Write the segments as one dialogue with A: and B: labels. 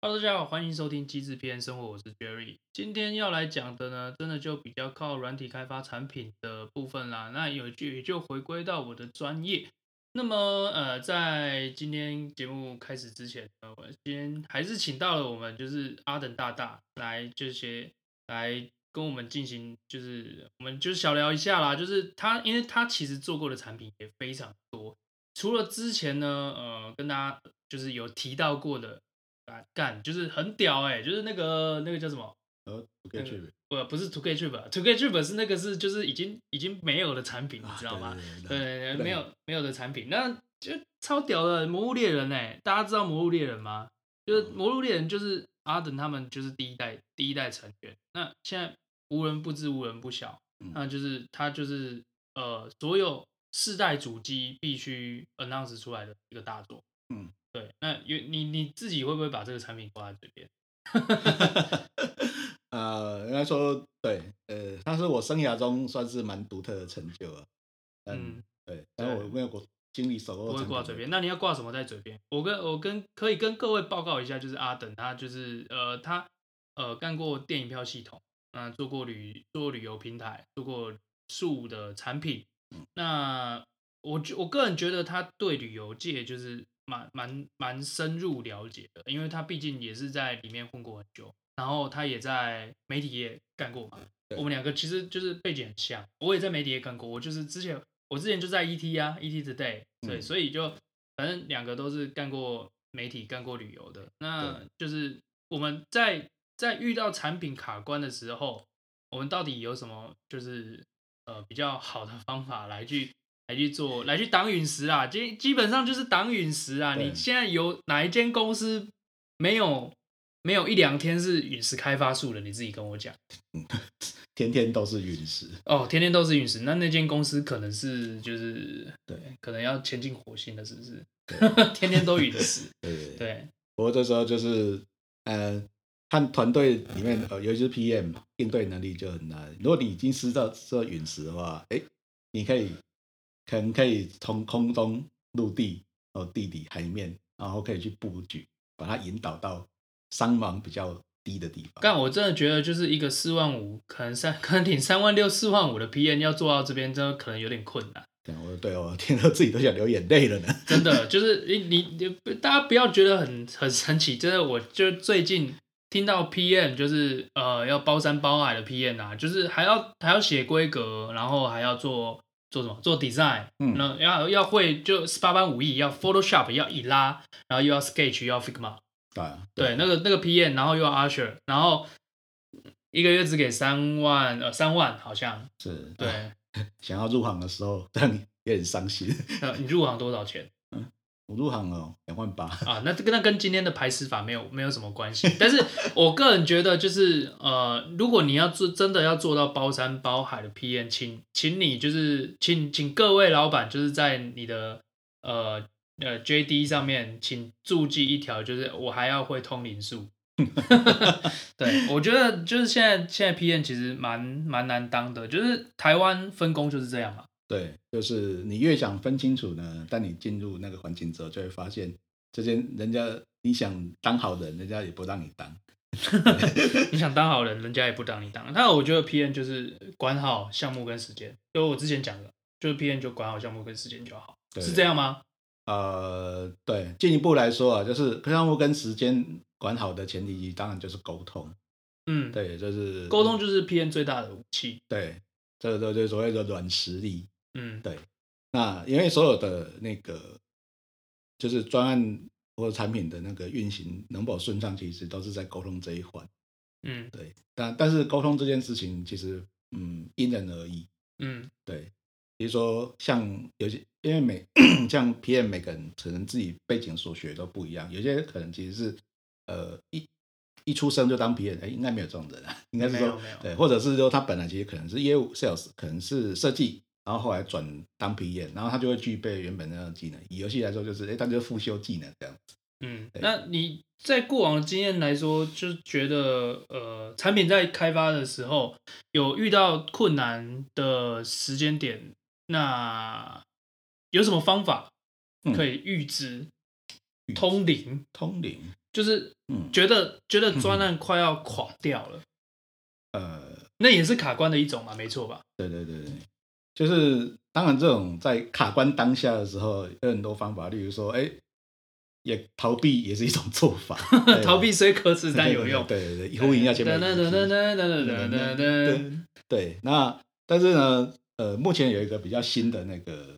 A: Hello，大家好，欢迎收听《机智篇生活》，我是 Jerry。今天要来讲的呢，真的就比较靠软体开发产品的部分啦。那有句也就回归到我的专业。那么，呃，在今天节目开始之前呢，我今天还是请到了我们就是阿等大大来这些来跟我们进行，就是我们就小聊一下啦。就是他，因为他其实做过的产品也非常多，除了之前呢，呃，跟大家就是有提到过的啊，干就是很屌哎、就是那个那个叫什么？
B: 呃，OK 去
A: 不不是 Two K Trip，Two K Trip 是那个是就是已经已经没有的产品，你
B: 啊，
A: 知道吗？
B: 对
A: 对对
B: 对
A: 对，
B: 对
A: 没有没有的产品，那就超屌的《魔物猎人》哎，大家知道《魔物猎人》吗？就是《
B: 嗯
A: 魔物猎人》就是阿等他们就是第一代第一代成员，那现在无人不知无人不晓，
B: 嗯
A: 那就是他就是呃所有世代主机必须 announce 出来的一个大作，
B: 嗯，
A: 对，那有你你自己会不会把这个产品挂在嘴边？
B: 对 呃，应该说对，呃，它是我生涯中算是蛮独特的成就了。嗯，
A: 嗯，
B: 对，但是我没有我经历手
A: 不
B: 过
A: 会
B: 产
A: 挂
B: 品
A: 嘴边。那你要挂什么在嘴边？我跟我跟可以跟各位报告一下，就是阿等他就是呃他呃干过电影票系统，那、做过旅做过旅游平台，做过数的产品。那我觉我个人觉得他对旅游界就是蛮蛮蛮深入了解的，因为他毕竟也是在里面混过很久，然后他也在媒体业干过嘛。
B: 对
A: 我们两个其实就是背景很像，我也在媒体业干过，我就是之前我之前就在 ET 啊，ET Today，对，
B: 嗯
A: 所以就反正两个都是干过媒体、干过旅游的。那
B: 对
A: 就是我们在在遇到产品卡关的时候，我们到底有什么就是呃比较好的方法来去来去做来去挡陨石啊？基基本上就是挡陨石啊！
B: 对
A: 你现在有哪一间公司没有没有一两天是陨石开发数的？你自己跟我讲
B: 天天都是陨石。
A: 哦，天天都是陨石，那那间公司可能是就是
B: 对
A: 可能要前进火星了，是不是？ 天天都陨石，
B: 对对对。
A: 对，
B: 不过这时候就是，呃，看团队里面，呃，尤其是 PM 应对能力就很难。如果你已经知道这陨石的话，哎，你可以可能可以从空中、陆地、哦、地底、海面，然后可以去布局，把它引导到伤亡比较低的地方。
A: 但我真的觉得就是一个四万五，可能三可能挺三万六、四万五的 PM 要做到这边，真的可能有点困难。
B: 对我对我听到自己都想流眼泪了呢。
A: 真的就是你你你，大家不要觉得很很神奇，真的，我就最近听到 PM 就是呃要包山包海的 PM 啊，就是还要还要写规格，然后还要做做什么做 design，
B: 嗯
A: 那要要会就八般武艺，要 Photoshop，要一拉，然后又要 Sketch，又要 Figma，
B: 对啊，
A: 对，那个那个 PM，然后又要 Usher，然后一个月只给三万呃三万好像，
B: 是，啊
A: 对，
B: 想要入行的时候，让你有点伤心。
A: 那你入行多少钱？
B: 我入行了哦两万八，
A: 啊，那这个那跟今天的排时法没有没有什么关系。但是我个人觉得，就是呃，如果你要做真的要做到包山包海的 PM，请请你就是请请各位老板就是在你的呃呃 JD 上面，请注记一条，就是我还要会通灵术。 对，我觉得就是现在现在 PM 其实蛮蛮难当的，就是台湾分工就是这样嘛。
B: 对，就是你越想分清楚呢，但你进入那个环境之后，就会发现这些人家你想当好人，人家也不让你当。
A: 你想当好人，人家也不当你当。但我觉得 P N 就是管好项目跟时间，就我之前讲的，就是 P N 就管好项目跟时间就好，
B: 对
A: 是这样吗？
B: 呃，对，进一步来说啊，就是项目跟时间管好的前提，当然就是沟通。
A: 嗯，
B: 对，就是
A: 沟通。就是 P N 最大的武器。
B: 对，这个就是所谓的软实力。
A: 嗯，
B: 那因为所有的那个就是专案或者产品的那个运行能否顺畅，其实都是在沟通这一环。
A: 嗯
B: 对，但但是沟通这件事情，其实嗯因人而异。
A: 嗯
B: 对，比如说像有些，因为每像 PM 每个人可能自己背景所学都不一样，有些可能其实是呃一一出生就当 PM，哎，应该没有这种人啊，应该是
A: 没有
B: 说
A: 没有
B: 对，或者是说他本来其实可能是业务 sales，可能是设计。然后后来转当 PM，然后他就会具备原本那样的技能。以游戏来说，就是哎，他就是复修技能这样。
A: 嗯。
B: 对
A: 那你在过往的经验来说，就觉得呃，产品在开发的时候有遇到困难的时间点，那有什么方法
B: 嗯
A: 可以预知、
B: 预知
A: 通灵？
B: 通灵，
A: 就是
B: 嗯
A: 觉得觉得专案快要垮掉了，
B: 呃，
A: 那也是卡关的一种嘛，没错吧？，
B: 对对对，对就是当然这种在卡关当下的时候，有很多方法，例如说，哎，也逃避也是一种做法
A: 逃避虽可耻，但有用。
B: 对对对对，呼应一下前面
A: 噔
B: 的
A: 噔
B: 主
A: 噔噔
B: 题。
A: 噔噔噔噔噔
B: 对，那但是呢，呃，目前有一个比较新的那个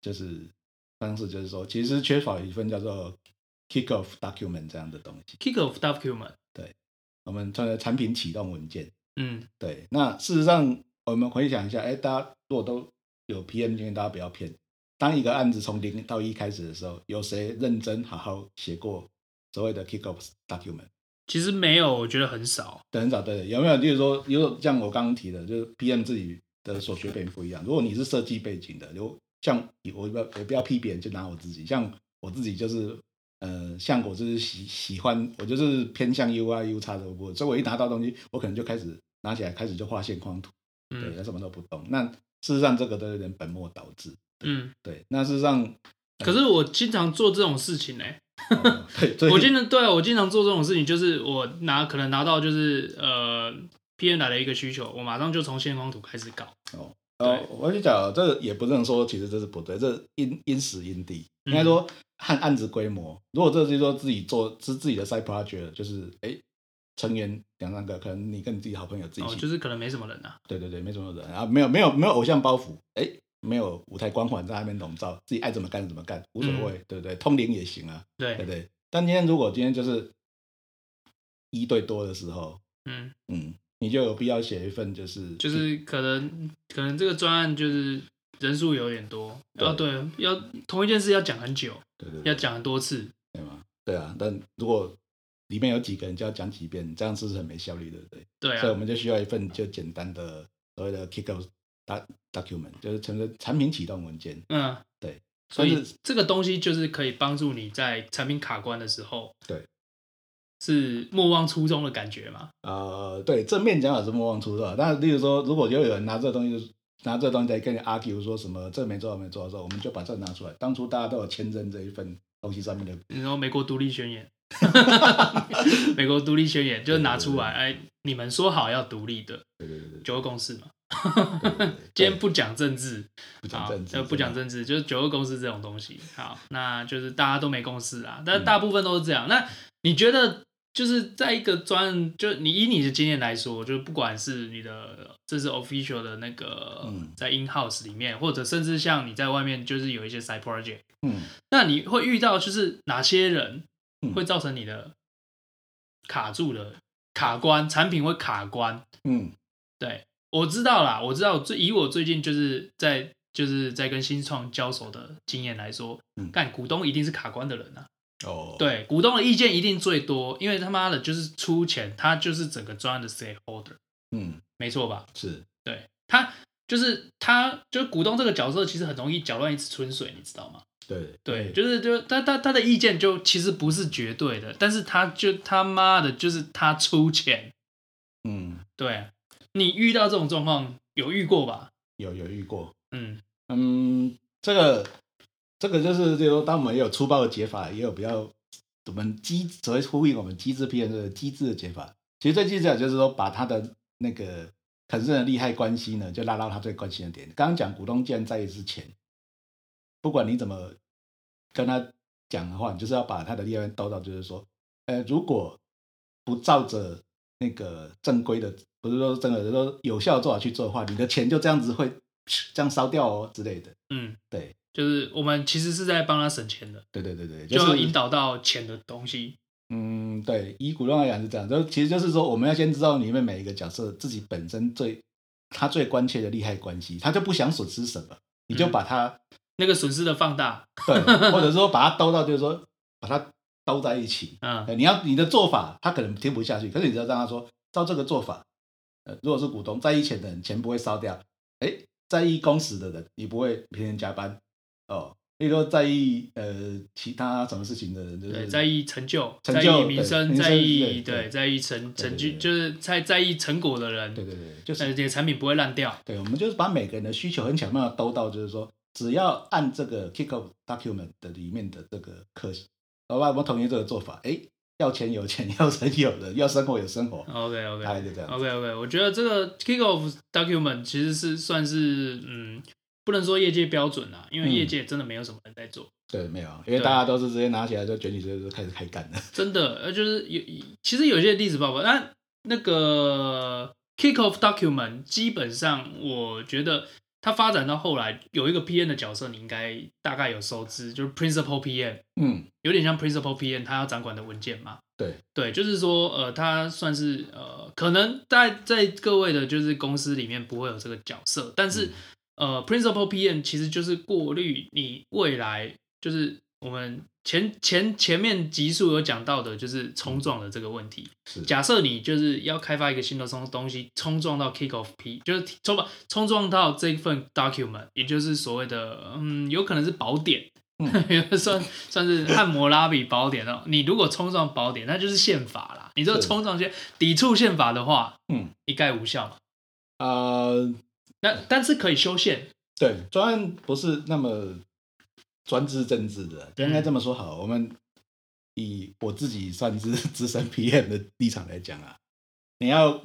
B: 就是方式，就是说，其实缺少一份叫做 kick off document 这样的东西，
A: ，kick off document，
B: 我们称为产品启动文件。
A: 嗯，
B: 对，那事实上我们回想一下，哎，大家如果都有 PM 经验，大家不要骗。当一个案子从零到一开始的时候，有谁认真好好写过所谓的 kick off document？
A: 其实没有，我觉得很少。
B: 对，很少对，有没有？就是说，有种像我刚刚提的，就是 PM 自己的所学背景不一样。如果你是设计背景的，如像我不要我不要批别人，就拿我自己，像我自己就是呃，像我就是喜喜欢，我就是偏向 UI U 叉的，我所以我一拿到东西，我可能就开始拿起来，开始就画线框图，对，
A: 嗯
B: 他什么都不懂。那事实上这个都有点本末倒置，
A: 嗯，
B: 对。那事实上，
A: 可是我经常做这种事情呢、
B: 呃 对，所以
A: 我经常对啊，我经常做这种事情，就是我拿可能拿到就是呃 PM 来的一个需求，我马上就从线框图开始搞。
B: 哦
A: 对，
B: 我就讲，这也不能说其实这是不对，这因因时因地，
A: 嗯
B: 应该说看案子规模。如果这就是说自己做是自己的 side project，就是哎成员两三个，可能你跟你自己好朋友自己一
A: 哦，
B: 起，
A: 就是可能没什么人啊。
B: 对对对，没什么人啊，没有没有没有偶像包袱，哎，没有舞台光环在那边笼罩，自己爱怎么干怎么干无
A: 嗯
B: 所谓，对不对？通灵也行啊，对
A: 对
B: 不，对？但今天如果今天就是一对多的时候，
A: 嗯，
B: 嗯，你就有必要写一份就是
A: 就是可能可能这个专案就是人数有点多，
B: 对
A: 要对要同一件事要讲很久，
B: 对对对
A: 要讲很多次。
B: 对吗？对啊，但如果里面有几个人就要讲几遍，这样是不是很没效率，对不对？
A: 对
B: 所以我
A: 啊，
B: 们就需要一份就简单的所谓的 kick off doc- document，就是成为产品启动文件。
A: 嗯，
B: 对。
A: 所
B: 但
A: 以
B: 是
A: 这个东西就是可以帮助你在产品卡关的时候，
B: 对，
A: 是莫忘初衷的感觉嘛？
B: 呃，对，正面讲法是莫忘初衷啊，但是例如说，如果就有人拿这东西。拿这东西来跟你 argue 说什么这没做那没做的时候，我们就把这拿出来。当初大家都有签证这一份东西上面的，
A: 你说美国独立宣 言，美国独立宣言就是拿出来，哎，你们说好要独立的
B: 对对对对，
A: 九二共识嘛。
B: 对对对对
A: 今天不讲政治，
B: 不讲
A: 好
B: 政，治，
A: 呃，不讲政治，就是九二共识这种东西。好，那就是大家都没共识啊，
B: 嗯
A: 但大部分都是这样。那你觉得，就是在一个专，就你以你的经验来说，就不管是你的这是 official 的那个、
B: 嗯
A: 在 in house 里面，或者甚至像你在外面，就是有一些 side project，
B: 嗯，
A: 那你会遇到就是哪些人
B: 嗯
A: 会造成你的卡住的卡关，产品会卡关？
B: 嗯
A: 对，我知道啦，我知道最以我最近就是在就是在跟新创交手的经验来说
B: 嗯，
A: 干、股东一定是卡关的人啊。
B: 嗯，哦，
A: 对，股东的意见一定最多，因为他妈的就是出钱，他就是整个专案的 stakeholder，
B: 嗯，
A: 没错吧？
B: 是，
A: 对他就是他就是股东这个角色，其实很容易搅乱一池春水，你知道吗？
B: 对
A: 对，就是就他他他的意见就其实不是绝对的，但是他就他妈的就是他出钱，
B: 嗯，
A: 对啊你遇到这种状况有遇过吧？
B: 有有遇过，
A: 嗯
B: 嗯，这个这个就是，就是说，当我们也有粗暴的解法，也有比较我们机所谓呼应我们机制 P N 的机制的解法。其实最机制的就是说，把他的那个可是的利害关系呢，就拉到他最关心的点。刚刚讲股东既然在意是钱，不管你怎么跟他讲的话，你就是要把他的利害兜到，就是说，呃，如果不照着那个正规的，不是说正规的，就是说有效的做法去做的话，你的钱就这样子会这样烧掉哦之类的。
A: 嗯，
B: 对，
A: 就是我们其实是在帮他省钱的，
B: 对对对对，
A: 就要
B: 是
A: 引导到钱的东西。
B: 嗯，对，以股东来讲是这样，就其实就是说，我们要先知道里面每一个角色自己本身最他最关切的利害关系，他就不想损失什么，你
A: 嗯
B: 就把它、
A: 那个损失的放大，
B: 对，或者说把它兜到，就是说把它兜在一起。
A: 嗯
B: 呃你要你的做法，他可能听不下去，可是你只要让他说，照这个做法，呃，如果是股东在意钱的人，钱不会烧掉，哎，在意工时的人，你不会天天加班哦。例如说在意呃其他什么事情的人，就是
A: 对，在意成就，
B: 成
A: 在
B: 就
A: 意民生，
B: 对
A: 在
B: 民
A: 意
B: 生
A: 对，
B: 对对
A: 在意成
B: 对对
A: 成绩，
B: 对
A: 就是在在意成果的人，
B: 对对对，就是
A: 呃，这个产品不会烂掉。
B: 对，我们就是把每个人的需求很巧妙的兜到，就是说，只要按这个 kick off document 的里面的这个课，老板，我们统一这个做法，哎，要钱有钱， 要人有人，要生活有生活，
A: OK OK
B: 大概就这样子。
A: 哦 OK OK，我觉得这个 kickoff document 其实是算是嗯，不能说业界标准啦，因为
B: 嗯
A: 业界真的没有什么人在做，
B: 对，没有，啊因为
A: 对
B: 大家都是直接拿起来就卷起来就开始开干了。
A: 真的呃就是有其实有些例子报告，但那个 kickoff document 基本上我觉得。它发展到后来有一个 PM 的角色，你应该大概有熟知，就是 principal PM，
B: 嗯，
A: 有点像 principal PM 他要掌管的文件嘛。
B: 对
A: 对，就是说呃，他算是呃，可能在在各位的就是公司里面不会有这个角色，但是、呃，principal PM 其实就是过滤你未来就是我们前前前面集数有讲到的，就是冲撞的这个问题。
B: 嗯是
A: 假设你就是要开发一个新的冲东西，冲撞到 kick off P，就是冲吧，冲撞到这份 document，也就是所谓的嗯，有可能是宝典，
B: 嗯
A: 算算是汉谟拉比宝典哦。你如果冲撞宝典，那就是宪法啦。你这
B: 是
A: 冲撞些抵触宪法的话，
B: 嗯，
A: 一概无效嘛。
B: 呃，
A: 那但是可以修宪，
B: 对，专案不是那么专制政治的，应
A: 嗯
B: 该这么说好。我们以我自己算是 资深 PM 的立场来讲啊，你要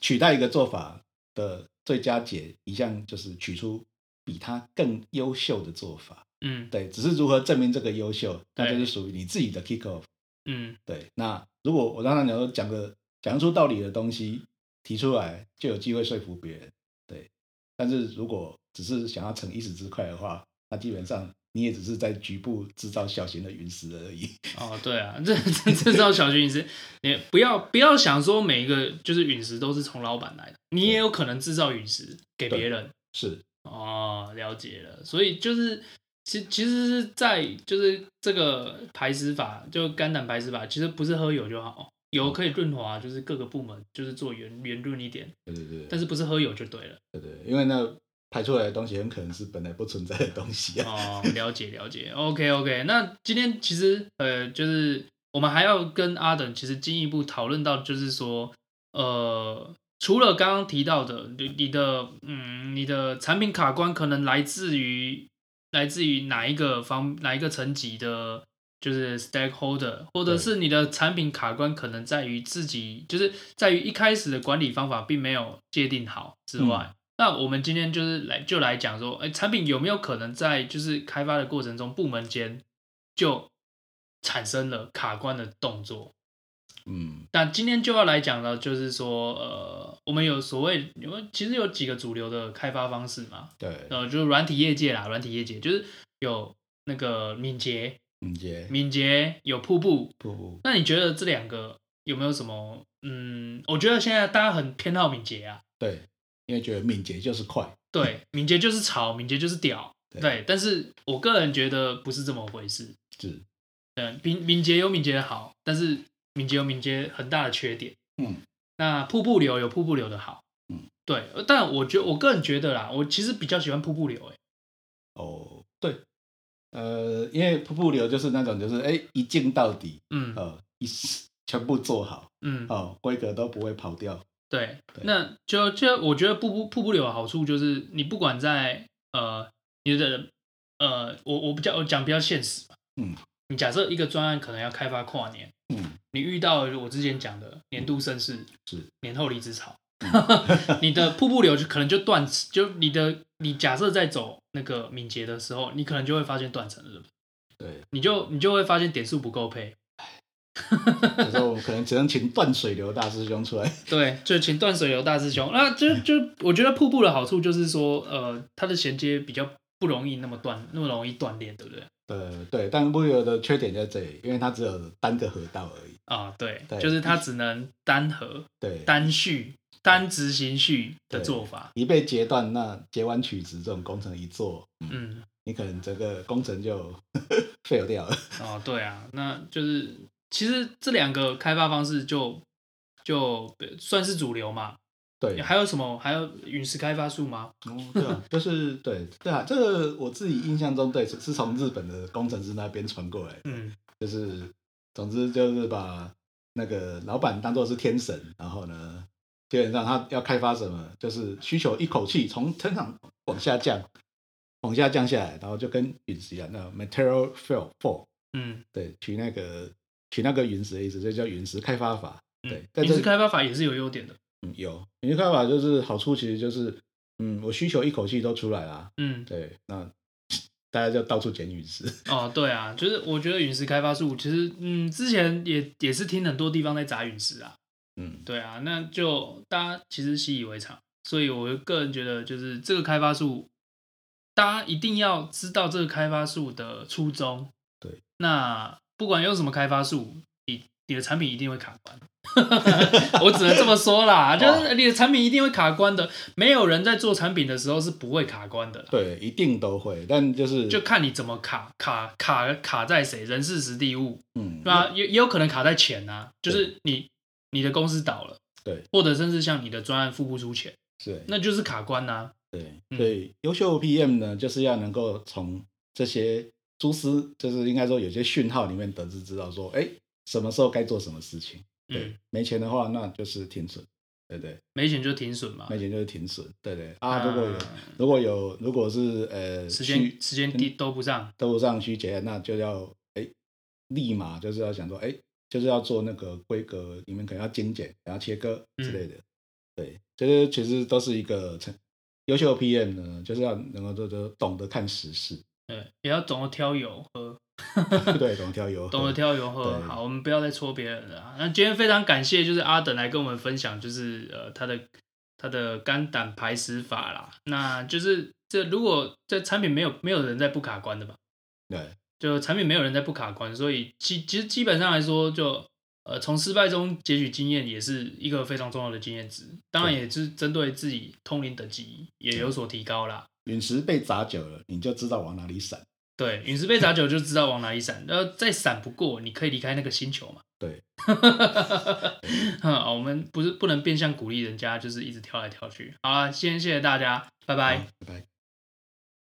B: 取代一个做法的最佳解，一项就是取出比它更优秀的做法。
A: 嗯
B: 对，只是如何证明这个优秀，那
A: 对
B: 就是属于你自己的 kick off。
A: 嗯
B: 对，那如果我刚才讲说讲个讲得出道理的东西提出来，就有机会说服别人。对，但是如果只是想要逞一时之快的话，那基本上你也只是在局部制造小型的陨石而已。
A: 哦，对啊， 这这这招小心陨石，你不要不要想说每一个就是陨石都是从老板来的，你也有可能制造陨石给别人。
B: 是，
A: 哦，了解了。所以就是，其其实是在就是这个排石法，就肝胆排石法，其实不是喝油就好，油可以润滑，就是各个部门就是做圆圆润一点，
B: 对对对
A: 但是不是喝油就对了。
B: 对对，因为那排出来的东西很可能是本来不存在的东西啊。
A: 哦，了解了解，OK OK。那今天其实呃，就是我们还要跟阿等其实进一步讨论到，就是说呃，除了刚刚提到的，你你的嗯，你的产品卡关可能来自于来自于哪一个方哪一个层级的。就是 stakeholder，或者
B: 对
A: 是你的产品卡关，可能在于自己，就是在于一开始的管理方法并没有界定好之外，那我们今天就是来就来讲说，哎，产品有没有可能在就是开发的过程中，部门间就产生了卡关的动作？
B: 嗯，
A: 那今天就要来讲到，就是说，呃，我们有所谓，有没有其实有几个主流的开发方式嘛，
B: 对，
A: 呃，就是软体业界啦，软体业界就是有那个敏捷，
B: 敏捷，
A: 敏捷有瀑布。
B: 不不，
A: 那你觉得这两个有没有什么？嗯，我觉得现在大家很偏好敏捷啊，
B: 对，因为觉得敏捷就是快。
A: 对，敏捷就是潮，敏捷就是屌，
B: 对
A: 对。但是我个人觉得不是这么回事。
B: 是，
A: 嗯，敏敏捷有敏捷的好，但是敏捷有敏捷很大的缺点。
B: 嗯，
A: 那瀑布流有瀑布流的好。
B: 嗯，
A: 对。呃但我觉我个人觉得啦，我其实比较喜欢瀑布流、欸。
B: 哦，对，呃，因为瀑布流就是那种就是哎一镜到底，
A: 嗯
B: 呃，一全部做好，
A: 嗯，
B: 哦，规格都不会跑掉。
A: 对。
B: 对
A: 那就就我觉得瀑布瀑布流的好处就是，你不管在呃你的呃，我我比较我讲比较现实嘛。
B: 嗯，
A: 你假设一个专案可能要开发跨年。
B: 嗯，
A: 你遇到了我之前讲的年度盛事
B: 是嗯
A: 年后离职潮， 你的瀑布流就可能就断，就你的你假设在走那个敏捷的时候，你可能就会发现断层了，对不对
B: 对，
A: 你就你就会发现点数不够配，
B: 有时候我们可能只能请断水流大师兄出来。
A: 对，就请断水流大师兄。那就就我觉得瀑布的好处就是说，呃，它的衔接比较不容易那么断，那么容易断裂，对不对？
B: 呃，对，但瀑布流的缺点在这里，因为它只有单个河道而已。
A: 啊，对，
B: 对
A: 就是它只能单核、
B: 对，
A: 单序、单执行序的做法，
B: 一被截断，那截弯曲直这种工程一做，
A: 嗯。
B: 你可能整个工程就 废掉了。
A: 哦，对啊，那就是其实这两个开发方式就就算是主流嘛。
B: 对，
A: 还有什么？还有陨石开发术吗？
B: 哦，对啊，就是对对啊，这个我自己印象中，对，是是从日本的工程师那边传过来的，
A: 嗯，
B: 就是总之就是把那个老板当做是天神，然后呢，基本上他要开发什么，就是需求一口气从天上往下降，往下降下来，然后就跟陨石一样，那 material fail fall，
A: 嗯
B: 对，取那个取那个陨石的意思，这叫陨石开发法。对
A: 嗯，
B: 但
A: 云
B: 是
A: 石开发法也是有优点的。
B: 嗯，有你的看法就是好处，其实就是嗯，我需求一口气都出来啦。
A: 嗯，
B: 对，那大家就到处捡陨石。
A: 哦，对啊，就是我觉得陨石开发术，其实嗯，之前也也是听很多地方在砸陨石啊。
B: 嗯，
A: 对啊，那就大家其实习以为常，所以我个人觉得就是这个开发术，大家一定要知道这个开发术的初衷。
B: 对，
A: 那不管用什么开发术，你你的产品一定会卡关。 我只能这么说啦，就是你的产品一定会卡关的，没有人在做产品的时候是不会卡关的啦。
B: 对，一定都会，但就是
A: 就看你怎么卡卡卡卡在谁人事实地物，
B: 嗯，
A: 那也也有可能卡在钱啊，就是你你的公司倒了，
B: 对，
A: 或者甚至像你的专案付不出钱，
B: 对
A: 那就是卡关呐、
B: 对
A: 嗯
B: 对，优秀 PM 呢，就是要能够从这些蛛丝，就是应该说有些讯号里面得知知道说，哎，什么时候该做什么事情。对，
A: 嗯，
B: 没钱的话，那就是停损。对对，
A: 没钱就停损嘛。
B: 没钱就是停损。对对啊，
A: 那
B: 如果有如果有如果是呃
A: 时
B: 虚
A: 间时间低都不上，
B: 都不上虚节，那就要哎立马就是要想说哎，就是要做那个规格里面可能要精简，然后切割之
A: 嗯
B: 类的。对，这些其实都是一个成优秀的 PM 呢，就是要能够做做懂得看 时事，
A: 对，也要懂得挑油喝，
B: 对，懂得挑油，
A: 懂得挑油喝。
B: 对
A: 好，我们不要再戳别人了啊。那今天非常感谢，就是阿等来跟我们分享，就是呃他的他的肝胆排石法啦。那就是这如果这产品没有没有人在不卡关的吧？
B: 对
A: 就产品没有人在不卡关，所以基其实基本上来说就，呃从失败中截取经验也是一个非常重要的经验值，当然也是针对自己通灵等级也有所提高啦。
B: 陨石被砸久了，你就知道往哪里闪。
A: 对，陨石被砸久就知道往哪里闪，然后再闪不过，你可以离开那个星球嘛。
B: 对，
A: 嗯，我们不是不能变相鼓励人家，就是一直跳来跳去。好啦，先谢谢大家，拜拜。
B: 好拜拜。